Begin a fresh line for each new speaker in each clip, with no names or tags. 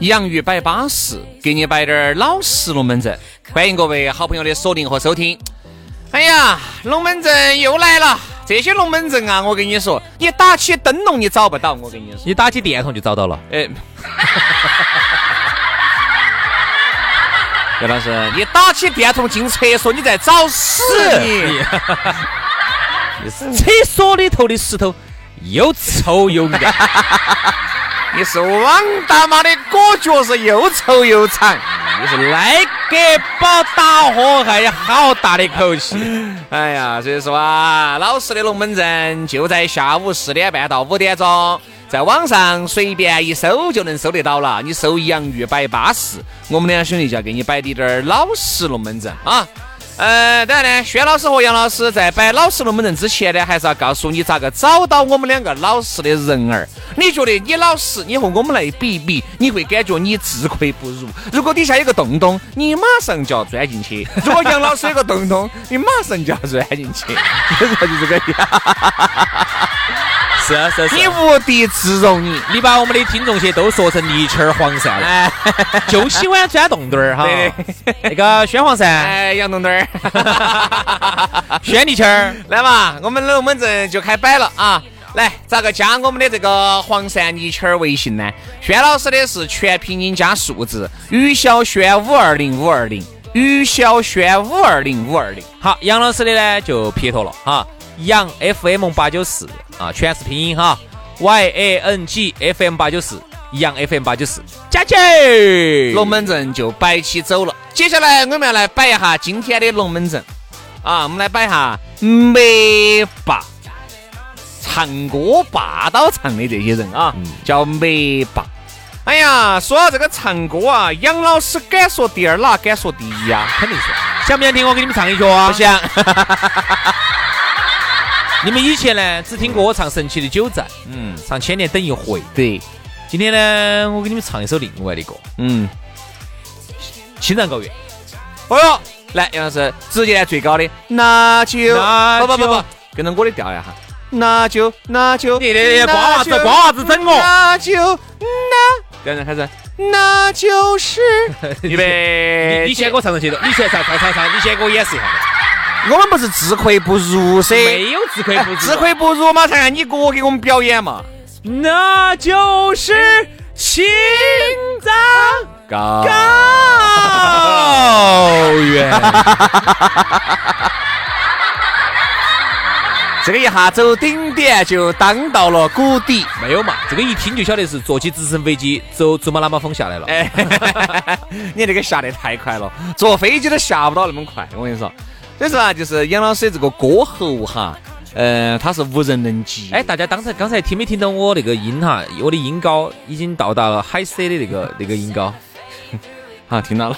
洋芋摆巴适，给你摆点儿老实龙门阵。欢迎各位好朋友的锁定和收听。哎呀，龙门阵又来了！这些龙门阵啊，我跟你说，你打起灯笼你找不到，我跟你说。
你打起电筒就找到了。
哎，杨老师，你打起电筒进厕所，你在找屎 你！
厕所里头的石头又 臭又硬，
你是王大妈的裹脚是又臭又长。
你是来给宝打火还有好大的口气。
哎呀，所以说啊，老式的龙门阵就在下午四点半到五点钟，在网上随便一搜就能搜得到了。你搜“洋芋摆巴适”，我们两兄弟就要给你摆滴点儿老式龙门阵啊。呃，当然呢，轩老师和杨老师在摆老式龙门阵之前呢，还是要告诉你咋个找到我们两个老实的人儿。你觉得你老实，你和我们来比一比，你会感觉你自愧不如。如果底下有个洞洞，你马上就要钻进去；如果杨老师有个洞洞，你马上就要钻进去。 就是这个样，
是啊是啊是啊。
你无地自容你。
你把我们的听众些都说成泥鳅儿黄鳝了，
哎
就喜欢钻洞洞儿哈
对。
那个宣黄鳝、
哎，杨东东儿。
宣泥鳅儿，
来嘛，我们龙门阵就开摆了啊！来，咋个加我们的这个黄鳝泥鳅儿微信呢？轩老师的是全拼音加数字，于小轩五二零五二零，于小轩五二零五二零。
好，杨老师的呢就撇脱了哈，杨 FM 八九四啊，全是拼音哈，Y A N G F M 八九四，杨 FM 八九四，加起
龙门阵就摆起走了。接下来我们要来摆一下今天的龙门阵啊，我们来摆一下麦霸，唱歌霸道唱的这些人啊，叫麦霸。哎呀，说到这个唱歌啊，杨老师敢说第二，哪敢说第一呀、
肯定是。想不想听我给你们唱一曲啊？
不想，
你们以前呢只听过我唱《神奇的九寨》，
嗯，
唱《千年等一回》。
对，
今天呢，我给你们唱一首另外的歌，
嗯，
《青藏高原》。
哦哟，来，杨老师，直接来最高的，那就
那
不不不
就
不，跟着我的调一下哈，那就那就
你你你
那
瓜娃子
就
瓜娃子整我
那就那，跟着开始，那就是预备，
你先给我唱唱去的，你先唱唱唱唱，你先给我演示一下。
我们不是自愧不如噻，
没有自愧不如，哦
自愧不如嘛，才让你哥给我们表演嘛，
那就是青藏
高
高原。
这个一下走顶点就当到了谷底，
没有嘛，这个一听就晓得是坐起直升飞机走珠穆朗玛峰下来了。
哎， 你这个下得太快了，坐飞机都下不到那么快。我跟你说，所以说啊，就是杨老师这个歌喉哈，呃，他是无人能及。
哎，，大家刚才刚才听没听到我那个音哈？我的音高已经到达了海蛇的那个那个音高。
好，听到了。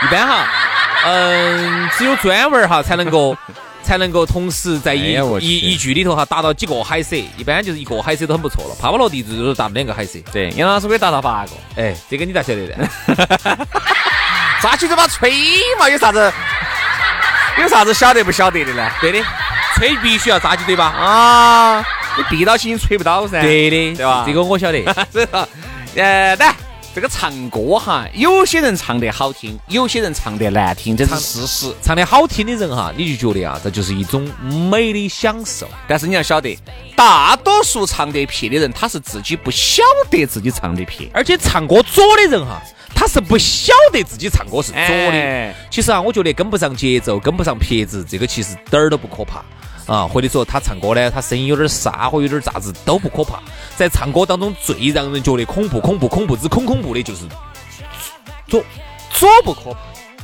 一般哈，嗯，只有专文儿哈才能 够才能够同时在一、
哎呀我去
一一句里头哈打到几个海蛇，一般就是一个海蛇都很不错了。帕瓦罗蒂就是打两个海蛇，
对，杨老师可以达到八个，
哎，这个你咋晓得 的？
抓起嘴巴吹嘛，有啥子？有啥子晓得不晓得的呢？
对的，吹必须要扎起嘴巴。
啊，你闭到起你吹不到噻。
对的，
对吧
这个我晓得。
所以说，呃，来，这个唱歌哈，有些人唱得好听，有些人唱得难听，这是事实。
唱得好听的人哈，你就觉得啊，这就是一种美的享受。
但是你要晓得，大多数唱得撇的人，他是自己不晓得自己唱得撇。
而且唱歌左的人哈，他是不晓得自己唱歌是左的
哎。
其实啊，我觉得跟不上节奏、跟不上拍子，这个其实点儿都不可怕。啊，或者说他唱歌呢，他声音有点沙或有点啥子都不可怕。在唱歌当中，最让人觉得恐怖、恐怖、恐怖之恐恐怖的就是左
左不可怕，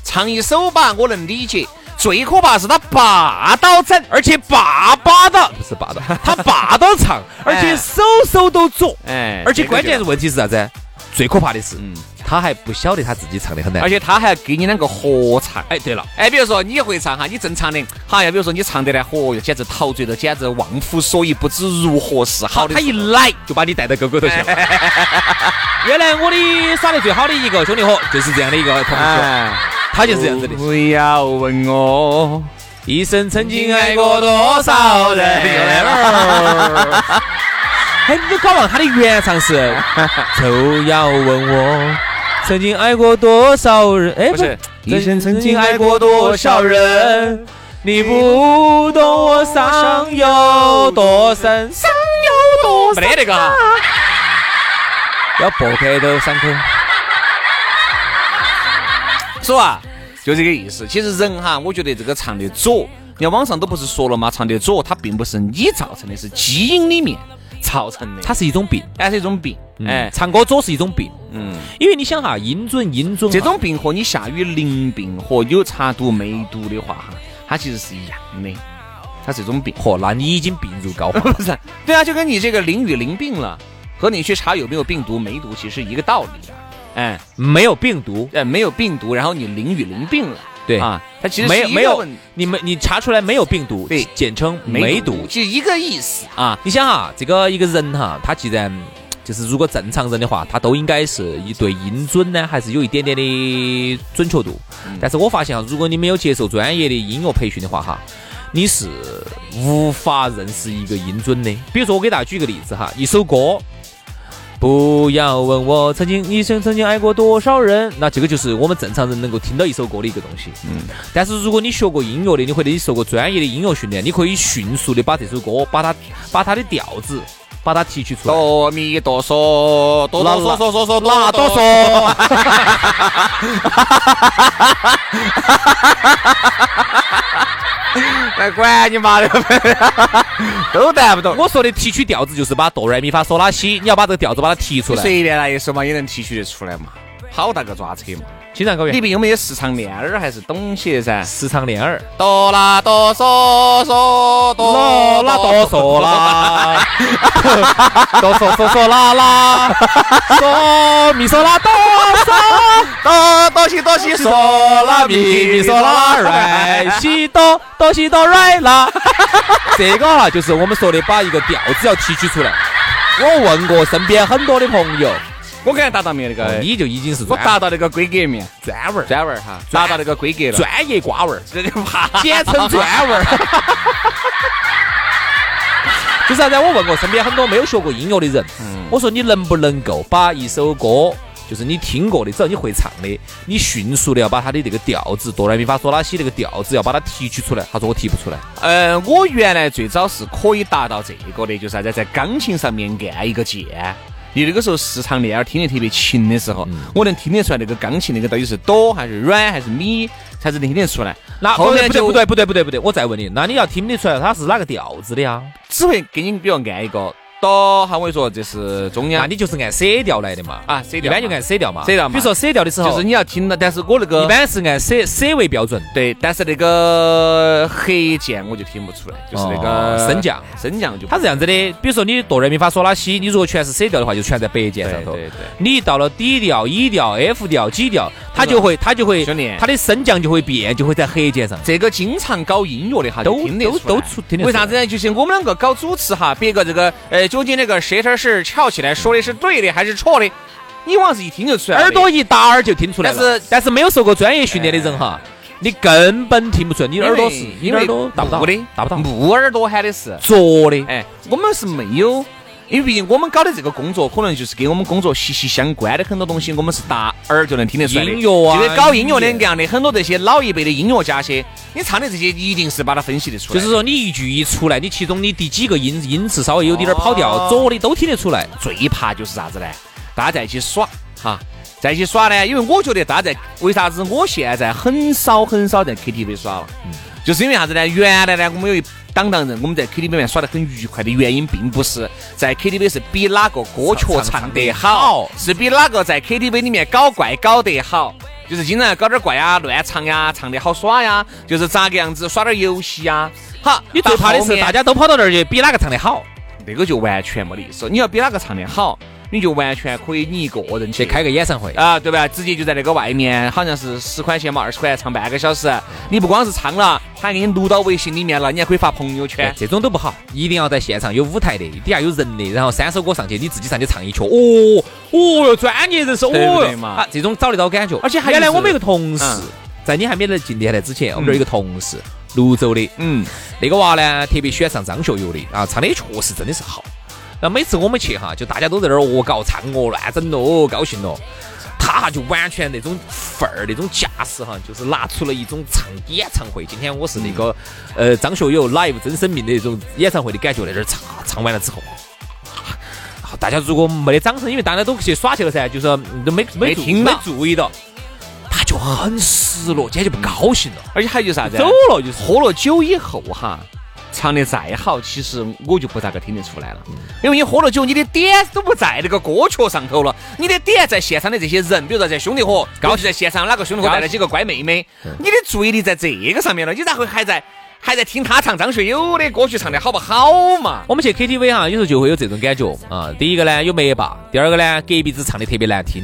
唱一首吧，我能理解。最可怕是他霸道整，
而且霸霸道不是霸道， 他霸道唱，而且手手都左，
哎
而且
这个就
关
嗯
键是问题是啥子？最可怕的是，他还不晓得他自己唱的很难
而。且他还要给你两个合唱。
哎，对了，
哎，比如说你会唱哈，你正常的，好呀。比如说你唱得呢，嚯哟，简直陶醉的，简直忘乎所以，不知如何是好的
他。一来就把你带到沟沟头去了。 原来我的耍得最好的一个兄弟伙就是这样的一个同学，
哎，
他就是这样子的。
不要问我
一生曾经爱过多少人？ 哎，你都搞忘他的原唱 是就要问我曾经爱过多少人？哎，
不是
一生曾经爱过多少人？你不懂我伤有多深，伤有多
没得那个
啊
哈。
要剥开都伤口。
是吧？就这个意思。其实人哈，我觉得这个唱的左，你看网上都不是说了吗？唱的左，它并不是你造成的，是基因里面造成的，
它是一种病，
它是一种病。
哎
哎，，
唱歌左是一种病，
嗯，
因为你想哈，音准音准哈。
这种病和你下雨淋病和有查毒没毒的话哈，它其实是一样的，它是一种病
嚯，那你已经病入膏肓 了。
不是，对啊，就跟你这个淋雨淋病了，和你去查有没有病毒没毒，其实一个道理啊。哎，
没有病毒，
呃，没有病毒，然后你淋雨淋病了，
对
啊，它其实
没
是
有
一个
没有
问，
你们你查出来没有病毒
对，
简称梅
梅
毒
毒，。就一个意思啊。
你想哈，这个一个人哈，他既然嗯就是如果正常人的话，他都应该是一对音准呢，还是有一点点的准确度。
嗯
但是我发现哈，如果你没有接受专业的音乐培训的话哈，你是无法认识一个音准的。比如说，我给大家举个例子哈，一首歌。不要问我曾经一生曾经爱过多少人，那这个就是我们正常人能够听到一首歌的一个东西。
嗯
但是如果你学过音乐的，你或者你受过专业的音乐训练，你可以迅速的把这首歌，把它把它的调子，把它提取出来。
哆咪哆嗦，哆哆嗦嗦嗦嗦，
那多说，
来管你妈的，都带不懂。
我说的提取调子就是把哆来咪发嗦拉西，你要把这个调子把它提出
你
来。
随便来一首嘛，也能提取得出来嘛。好大个抓扯嘛！
青藏高
里
原，
面有没有市场练儿还是懂些噻？
时常恋儿，
哆啦哆嗦嗦
啦
哆
啦哆嗦，哦啦， 哆嗦嗦嗦啦啦，嗦咪嗦啦哆嗦。
哆哆西哆西嗦啦咪咪嗦啦
来
来。
西哆哆西哆来啦。这个哈，就是我们说的把一个调子要提取出来。我问过身边很多的朋友，
我刚才达到没有那个？
你就已经是
我
专
达到那个规格没？
专文儿
专文儿哈，达到那个规格了。
专业瓜文儿，
这就怕
简称专文儿。 就是啥子？我问过身边很多没有学过音乐的人，我说你能不能够把一首歌，就是你听过的，只要你会唱的，你迅速的要把它的这个调子，哆来咪发嗦拉西那个调子要把它提取出来。他说我提不出来。
呃，我原来最早是可以达到这个的，就是啥子，在钢琴上面按一个键。你那个时候时常练耳听得特别勤的时候，
嗯
我能听得出来那个钢琴那个到底是哆还是软还是咪，才是能听得出来。
那
后面
不对
就
不对不对不对不对，我再问你，那你要听得出来它是哪个调子的呀？
只会给你比如按一个哆，好，我跟你说这是中
那
央
你就是按 C 调来的嘛？
啊，C
一
调嘛，
般就按嗯 C 调嘛。
C 调嘛
比如说 C 调的时候，
就是你要听到，但是我那个
一般是按 C C 为标准。
对，但是那个黑键我就听不出来，就是那
哦
个
升降
升降就不
它是这样子的，比如说你哆来咪发嗦拉西，你如果全是 C 调的话，就全在白键上头。
对对对
你到了 D 调、E 调、F 调、G 调，它就会它就会
兄弟
它的升降就会变，就会在黑键上。
这个经常搞音乐的哈，
都
就听得出来
都都出听得出来
为啥子呢？就是我们两个搞主持哈，别个这个呃，究竟那个舌头是翘起来说的是对的还是错的，你往是一听就出来了。
耳朵一打耳就听出来了。
但是哎
但是没有受过专业训练的人哈，你根本听不出来，你
因
的
为
耳朵是你
因
的
为
耳朵达不到
木的，
达不到
哎木耳朵喊的是。
浊的。
哎，我们是没有因为毕竟我们搞的这个工作，可能就是跟我们工作息息相关的很多东西，我们是大耳就能听得出来的。
音乐啊
这个搞音乐的各样的很多这些老一辈的音乐家些，你唱的这些一定是把它分析得出
就
来的。
是说你一句一出来，你其中你第几个音音次稍微有点儿跑调，
哦
左的都听得出来。
最怕就是啥子呢？大家在一起耍哈，在一起耍呢，因为我觉得大家在为啥子我现在很少很少在 KTV 耍了，
嗯
就是因为啥子呢？原来呢，我们有一档档人，我们在 KTV 里面耍得很愉快的原因，并不是在 KTV 是比哪个歌曲
唱唱
唱得
得
好，是比哪个在 KTV 里面搞怪搞得好。就是经常搞点怪呀、乱唱呀、唱得好耍呀，就是咋个样子耍点游戏呀。好，
你最怕的
到后
是
面
大家都跑到那儿去，比哪个唱得好，
那个就完全没得意思。你要比哪个唱得好，你就完全可以你一个人
去开个演唱会。
啊，对吧？直接就在那个外面，好像是十块钱嘛，二十块钱唱半个小时。啊你不光是唱了，他还给你录到微信里面了，你还可以发朋友
对
圈，。
这种都不好，一定要在现场有舞台的，底下有人的，然后三首歌上去，你自己上去唱一曲，哦哦哟，专业人士，哦
对不对
哟
嘛
啊，这种找得到感觉。
而且还
原来
就是
我们有个同事
嗯，
在你还没来进电台之前，我们这儿有个同事，泸州的，
嗯，
那个娃呢，特别喜欢上张学友的啊，唱的确实真的是好。那每次我们去哈，就大家都在那儿恶搞、唱哦、乱整哦，高兴哦。他哈就完全那种范儿、那种架势哈，就是拿出了一种唱演唱会。今天我是那个、呃张学友 live 真生命的那种演唱会的感觉，在这儿唱，唱完了之后。然后大家如果没得掌声，因为大家都去耍去了噻，就是嗯都没
没
注
听
没
到
注意到，他就很失落，今天就不高兴了，
而且还有就是啥子？啊
走了就是。
喝了酒以后哈，唱的再好，其实我就不咋个听得出来了，因为你喝了酒，你的点都不在那个歌曲上头了，你的点在现场的这些人，比如说在兄弟伙，高兴在现场哪个兄弟伙带了几个乖妹妹，你的注意力在这个上面了，你咋会还在还在听他唱张学友的歌曲唱的好不好嘛？
我们去 KTV 哈，有时候就会有这种感觉啊。第一个呢有麦霸，第二个呢隔壁子唱的特别难听。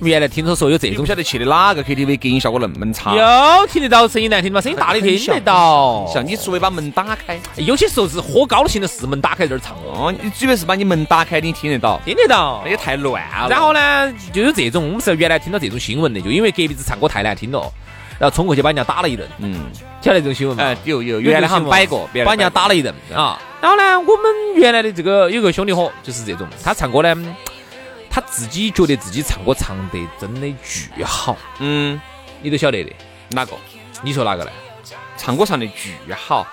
原来听说说有这
你不
种，
晓得去的哪个 KTV 隔音效果那么差？
有听得到声音难听吗？声音大的听得到。
像你除非把门打开，
有些时候是喝高了兴的是门打开在这儿唱哦，
哦，你只要是把你门打开，你听得到，
听得到
那。也太乱了。
然后呢，就有这种，我们是原来听到这种新闻的，就因为隔壁子唱歌太难听了，然后冲过去把人家打了一顿，
嗯，
晓得这种新闻吗？
哎，有有，原来他们摆过，
把人家打了一顿啊。然后呢，我们原来的这个有个兄弟伙就是这种，他唱歌呢，他自己觉得自己唱歌唱得真的巨好，
嗯，
你都晓得的。
哪个
你说哪个呢？
唱歌唱的巨好？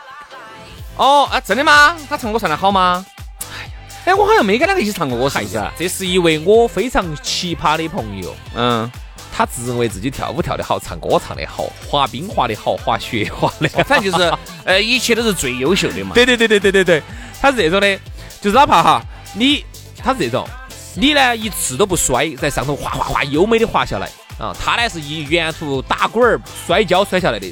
哦，啊，真的吗？他唱歌唱的好吗？哎哎呀，哎，我好像没跟哪个一起唱过歌，是不啊是？
这是一位我非常奇葩的朋友，
嗯，
他自认为自己跳舞跳得好，唱歌唱得好，滑冰滑得好，滑雪滑得好。
哦反正就是， 呃，一切都是最优秀的嘛。
对对对对对对对，他是这种的，就是哪怕哈你，他是这种，你呢一次都不摔，在上头哗哗哗优美的滑下来啊，他呢是一沿途打滚儿摔跤摔下来的，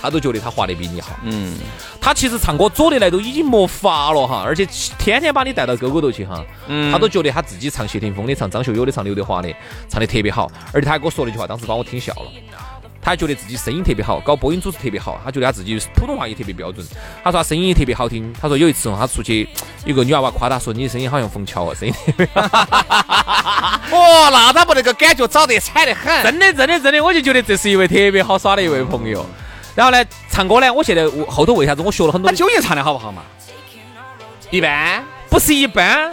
他都觉得他滑得比你好。
嗯，
他其实唱歌左的来都已经没法了哈，而且天天把你带到沟沟头去哈，
嗯
他都觉得他自己唱谢霆锋的、唱张学友的、唱刘德华的，唱的特别好，而且他还给我说了一句话，当时把我听笑了。他还觉得自己声音特别好，搞播音主持特别好，他觉得他自己普通话也特别标准。他说他声音也特别好听。他说有一次哦他出去，有个女娃娃夸他说你声音好像冯乔哦，声音
哦，那他不那个感觉找得惨得很。
真的真的真的，我就觉得这是一位特别好耍的一位朋友。然后呢，唱歌呢，我现在我后头为啥子我学了很多
他
的，
究竟唱的好不好嘛？一般，
不是一般，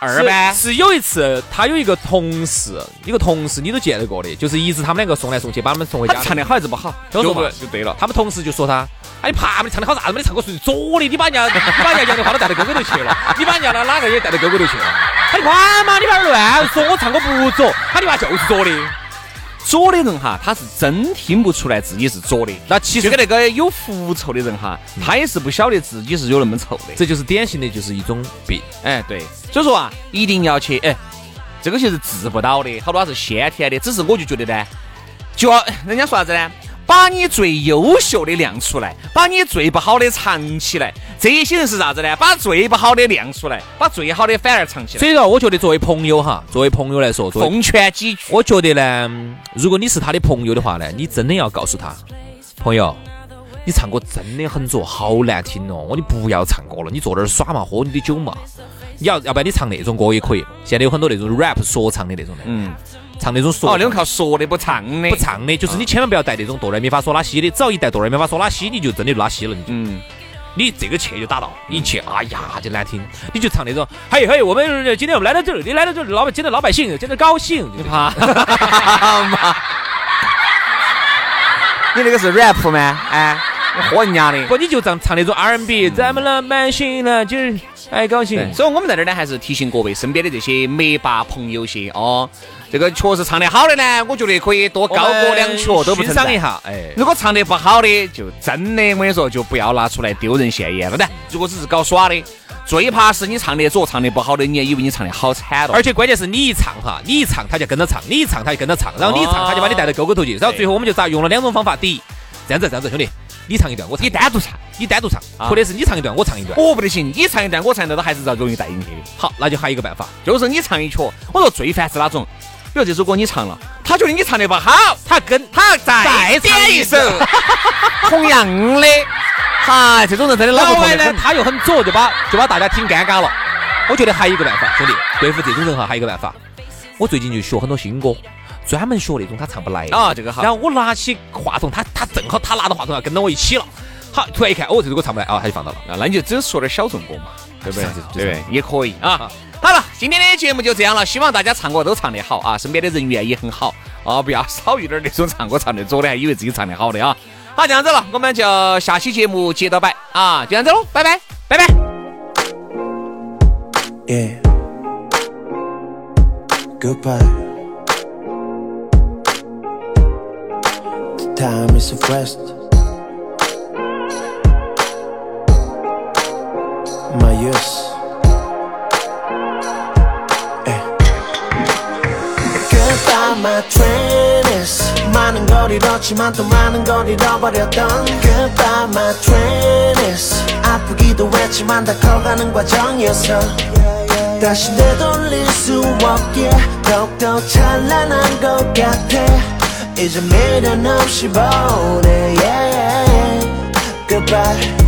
二般。
是是有一次，他有一个同事，一个同事你都见得过的，就是一直他们两个送来送去，把他们送回
他
家。
唱的好还是不好？
都
就
说嘛
就对了。
他们同事就说他，哎，你怕你唱的好啥子嘛？你唱歌属于左的，你把人家你把人家杨德华都带到沟沟头去 了，你把人家那哪个也带到沟沟头去了。他你管嘛？你把那乱说，我唱歌不左，他你妈就是左的。
左的人哈，他是真听不出来自己是左的。
那其实
就跟那个有狐臭的人哈，他也是不晓得自己是有那么臭的。
这就是典型的，就是一种病。
哎，对，所以说啊，一定要去，哎，这个其实治不到的，好多它是先天的，只是我就觉得呢，就要人家说啥子呢？把你最优秀的亮出来，把你最不好的藏起来。这些人是啥子呢？把最不好的亮出来，把最好的反而藏起来
所，以说，我觉得作为朋友哈，作为朋友来说，作为
奉劝几句。
我觉得呢，如果你是他的朋友的话呢，你真的要告诉他，朋友，你唱歌真的很拙，好难听哦，我你不要唱歌了，你坐那儿耍嘛，喝你的酒嘛。你要要不然你唱那种歌也可以，现在有很多那种 rap 说唱的那种的，
嗯，
唱那种说
哦，那种靠说的不唱的，
不。唱的，就是你千万不要带那种哆来咪发嗦拉西的，只要一带哆来咪发嗦拉西，你就真的拉稀了，你就
嗯，
你这个去就打到，一去哎呀就难听，你就唱那种，嘿嘿，我们呃今天我们来到这儿，你来到这儿，老百今天老百姓真的高兴，就这种
怕嘛？你那个是 rap 吗？哎，你喝人家的。
不你就唱唱那种 R&B，咱们老百姓呢就是哎高兴，
所以我们在这儿呢，还是提醒各位身边的这些麦霸朋友些哦，这个确实唱得好的呢，我觉得可以多高歌两曲哦都不
欣
成
赏一下，哎。
如果唱得不好的，就真的我跟你说，就不要拿出来丢人现眼了。不然，如果只是搞耍的，最怕是你唱得左，唱得不好的，你还以为你唱得好惨哦了。
而且关键是你一唱哈，你一唱他就跟着唱，你一唱他就跟着唱，然后你一
哦
唱他就把你带到沟沟头去，然后最后我们就咋用了两种方法，第一，这样子这样子兄弟，你唱一段我唱，
你单独唱，
你单独唱，
啊哦
或者是你唱一段我唱一段，
我不得行，你唱一段，我唱一段，都还是遭容易带进去的。
好，那就还有一个办法，
就是你唱一曲，我说最烦是哪种？比如这首歌你唱了，他觉得你唱得不好，
他跟
他
再
再
唱
点一
一
首
首
同样的。 哈，哎这种人真的脑
老
壳痛
外呢
得很。
他又很左，就把就把大家听尴尬了。我觉得还有一个办法，兄弟，对付这种人哈，还有一个办法，我最近就学很多新歌，专门学那种他唱不来的。
啊，这个好
然。后我拿起话筒，他他正好他拿着话筒要跟到我一起了，好，突然一看，哦，这首歌唱不来，哦，他就放到了。
啊，那你就只说点小众歌嘛，对啊不对
是是？
对不对
是，
也可以啊
啊。
好了，今天的节目就这样了，希望大家唱歌都唱得好啊，身边的人缘也很好啊，不要少遇点那种唱歌唱得左的，还以为自己唱得好的啊。好，这样子了，我们就下期节目接着摆啊，就这样子喽，拜拜，拜拜。
Yeah. Goodbye. The time is of rest. My years. Eh. Goodbye, my train is. 많은 걸 잃었지만 또 많은 걸 잃어버렸던. Goodbye, my train is. 아프기도 했지만 다 커가는 과정이었어. 다시 되돌릴 수 없게 더욱더 찬란한 것 같아 이제 미련 없이 보내 yeah. Goodbye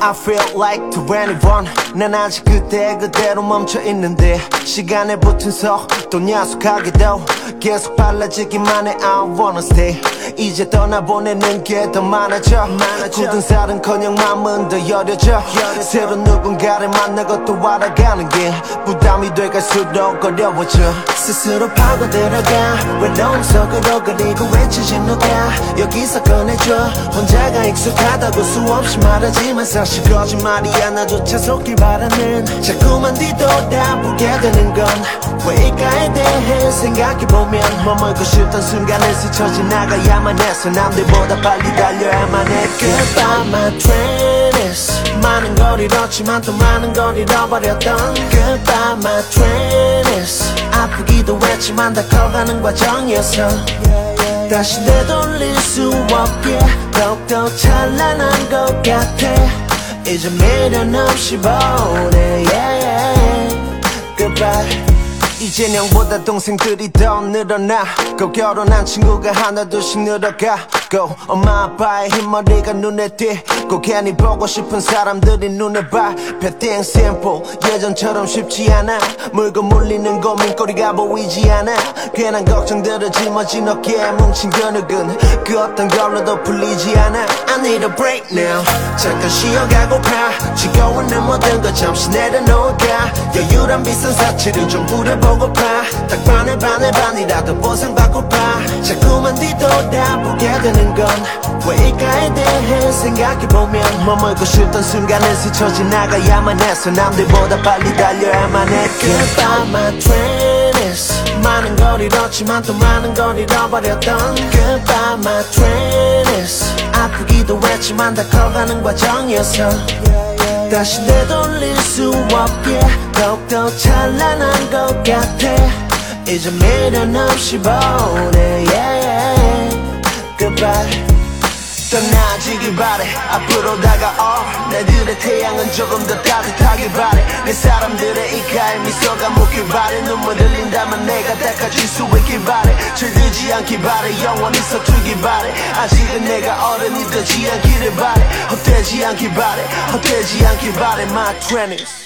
I feel like 21. 난 아직 그때 그대로 멈춰 있는데 시간에 붙은 속도 야속하게도 계속 빨라지기만 해. I wanna stay. 이제 떠나보내는 게 더 많아져. 굳은 살은커녕 마음은 더 여려져. 새로운 누군가를 만나고 또 알아가는 게 부담이 돼갈수록 어려워져. 스스로 파고들어가 외로움 속으로 그리고 외치진 누가 여기서 꺼내줘 혼자가 익숙하다고 수없이 말하지만 사실 거짓말이야 나조차 속길 바라는 자꾸만 뒤돌아보게 되는 건 왜일까에 대해 생각해보면 머물고 싶던 순간을 스쳐 지나가야만 해서 남들보다 빨리 달려야만 해 Goodbye my train is 많은 걸 잃었지만 또 많은 걸 잃어버렸던 Goodbye my train is 아프기도 했지만 다 커가는 과정이었어 다시 되돌릴 수 없게 더욱더 찬란한 것 같아 이제 미련 없이 보내 yeah. Goodbye 이젠 형보다 동생들이 더 늘어나 고 결혼한 친구가 하나 둘씩 늘어가고 엄마 아빠의 흰머리가 눈에 띄고 괜히 보고 싶은 사람들이 눈에 밟혀 Thing simple 예전처럼 쉽지 않아 물고 물리는 고민거리가 보이지 않아 괜한 걱정들을 짊어진 어깨에 뭉친 근육은 그 어떤 걸로도 풀리지 않아 I need a break now 잠깐 쉬어가고파 지겨운 내 모든 걸 잠시 내려놓을까 여유란 비싼 사치를 좀 부려보고파 딱 반을 반을 반이라도 보상받고파 자꾸만 뒤돌아보게 되는 건 왜일까에 대해 생각해보면 머물고 싶던 순간을 스쳐 지나가야만 해서 남들보다 빨리 달려야만 해 Goodbye my train is 많은 걸 잃었지만 또 많은 걸 잃어버렸던 Goodbye my train is 아프기도 했지만 다 커가는 과정이었어 다시 되돌릴 수 없게 더욱더 찬란한 것 같아 이제 미련 없이 보내 yeah. Goodbye 떠나지길 바래 앞으로 다가올 내들의 태양은 조금 더 따뜻하길 바래 내 사람들의 이가에 미소가 묻길 바래 눈물 흘린다면 내가 닦아줄 수 있길 바래 철들지 않길 바래 영원히 서툴길 바래 아직은 내가 어른이 되지 않기를 바래 헛되지 않길 바래 헛되지 않길 바래 my twenties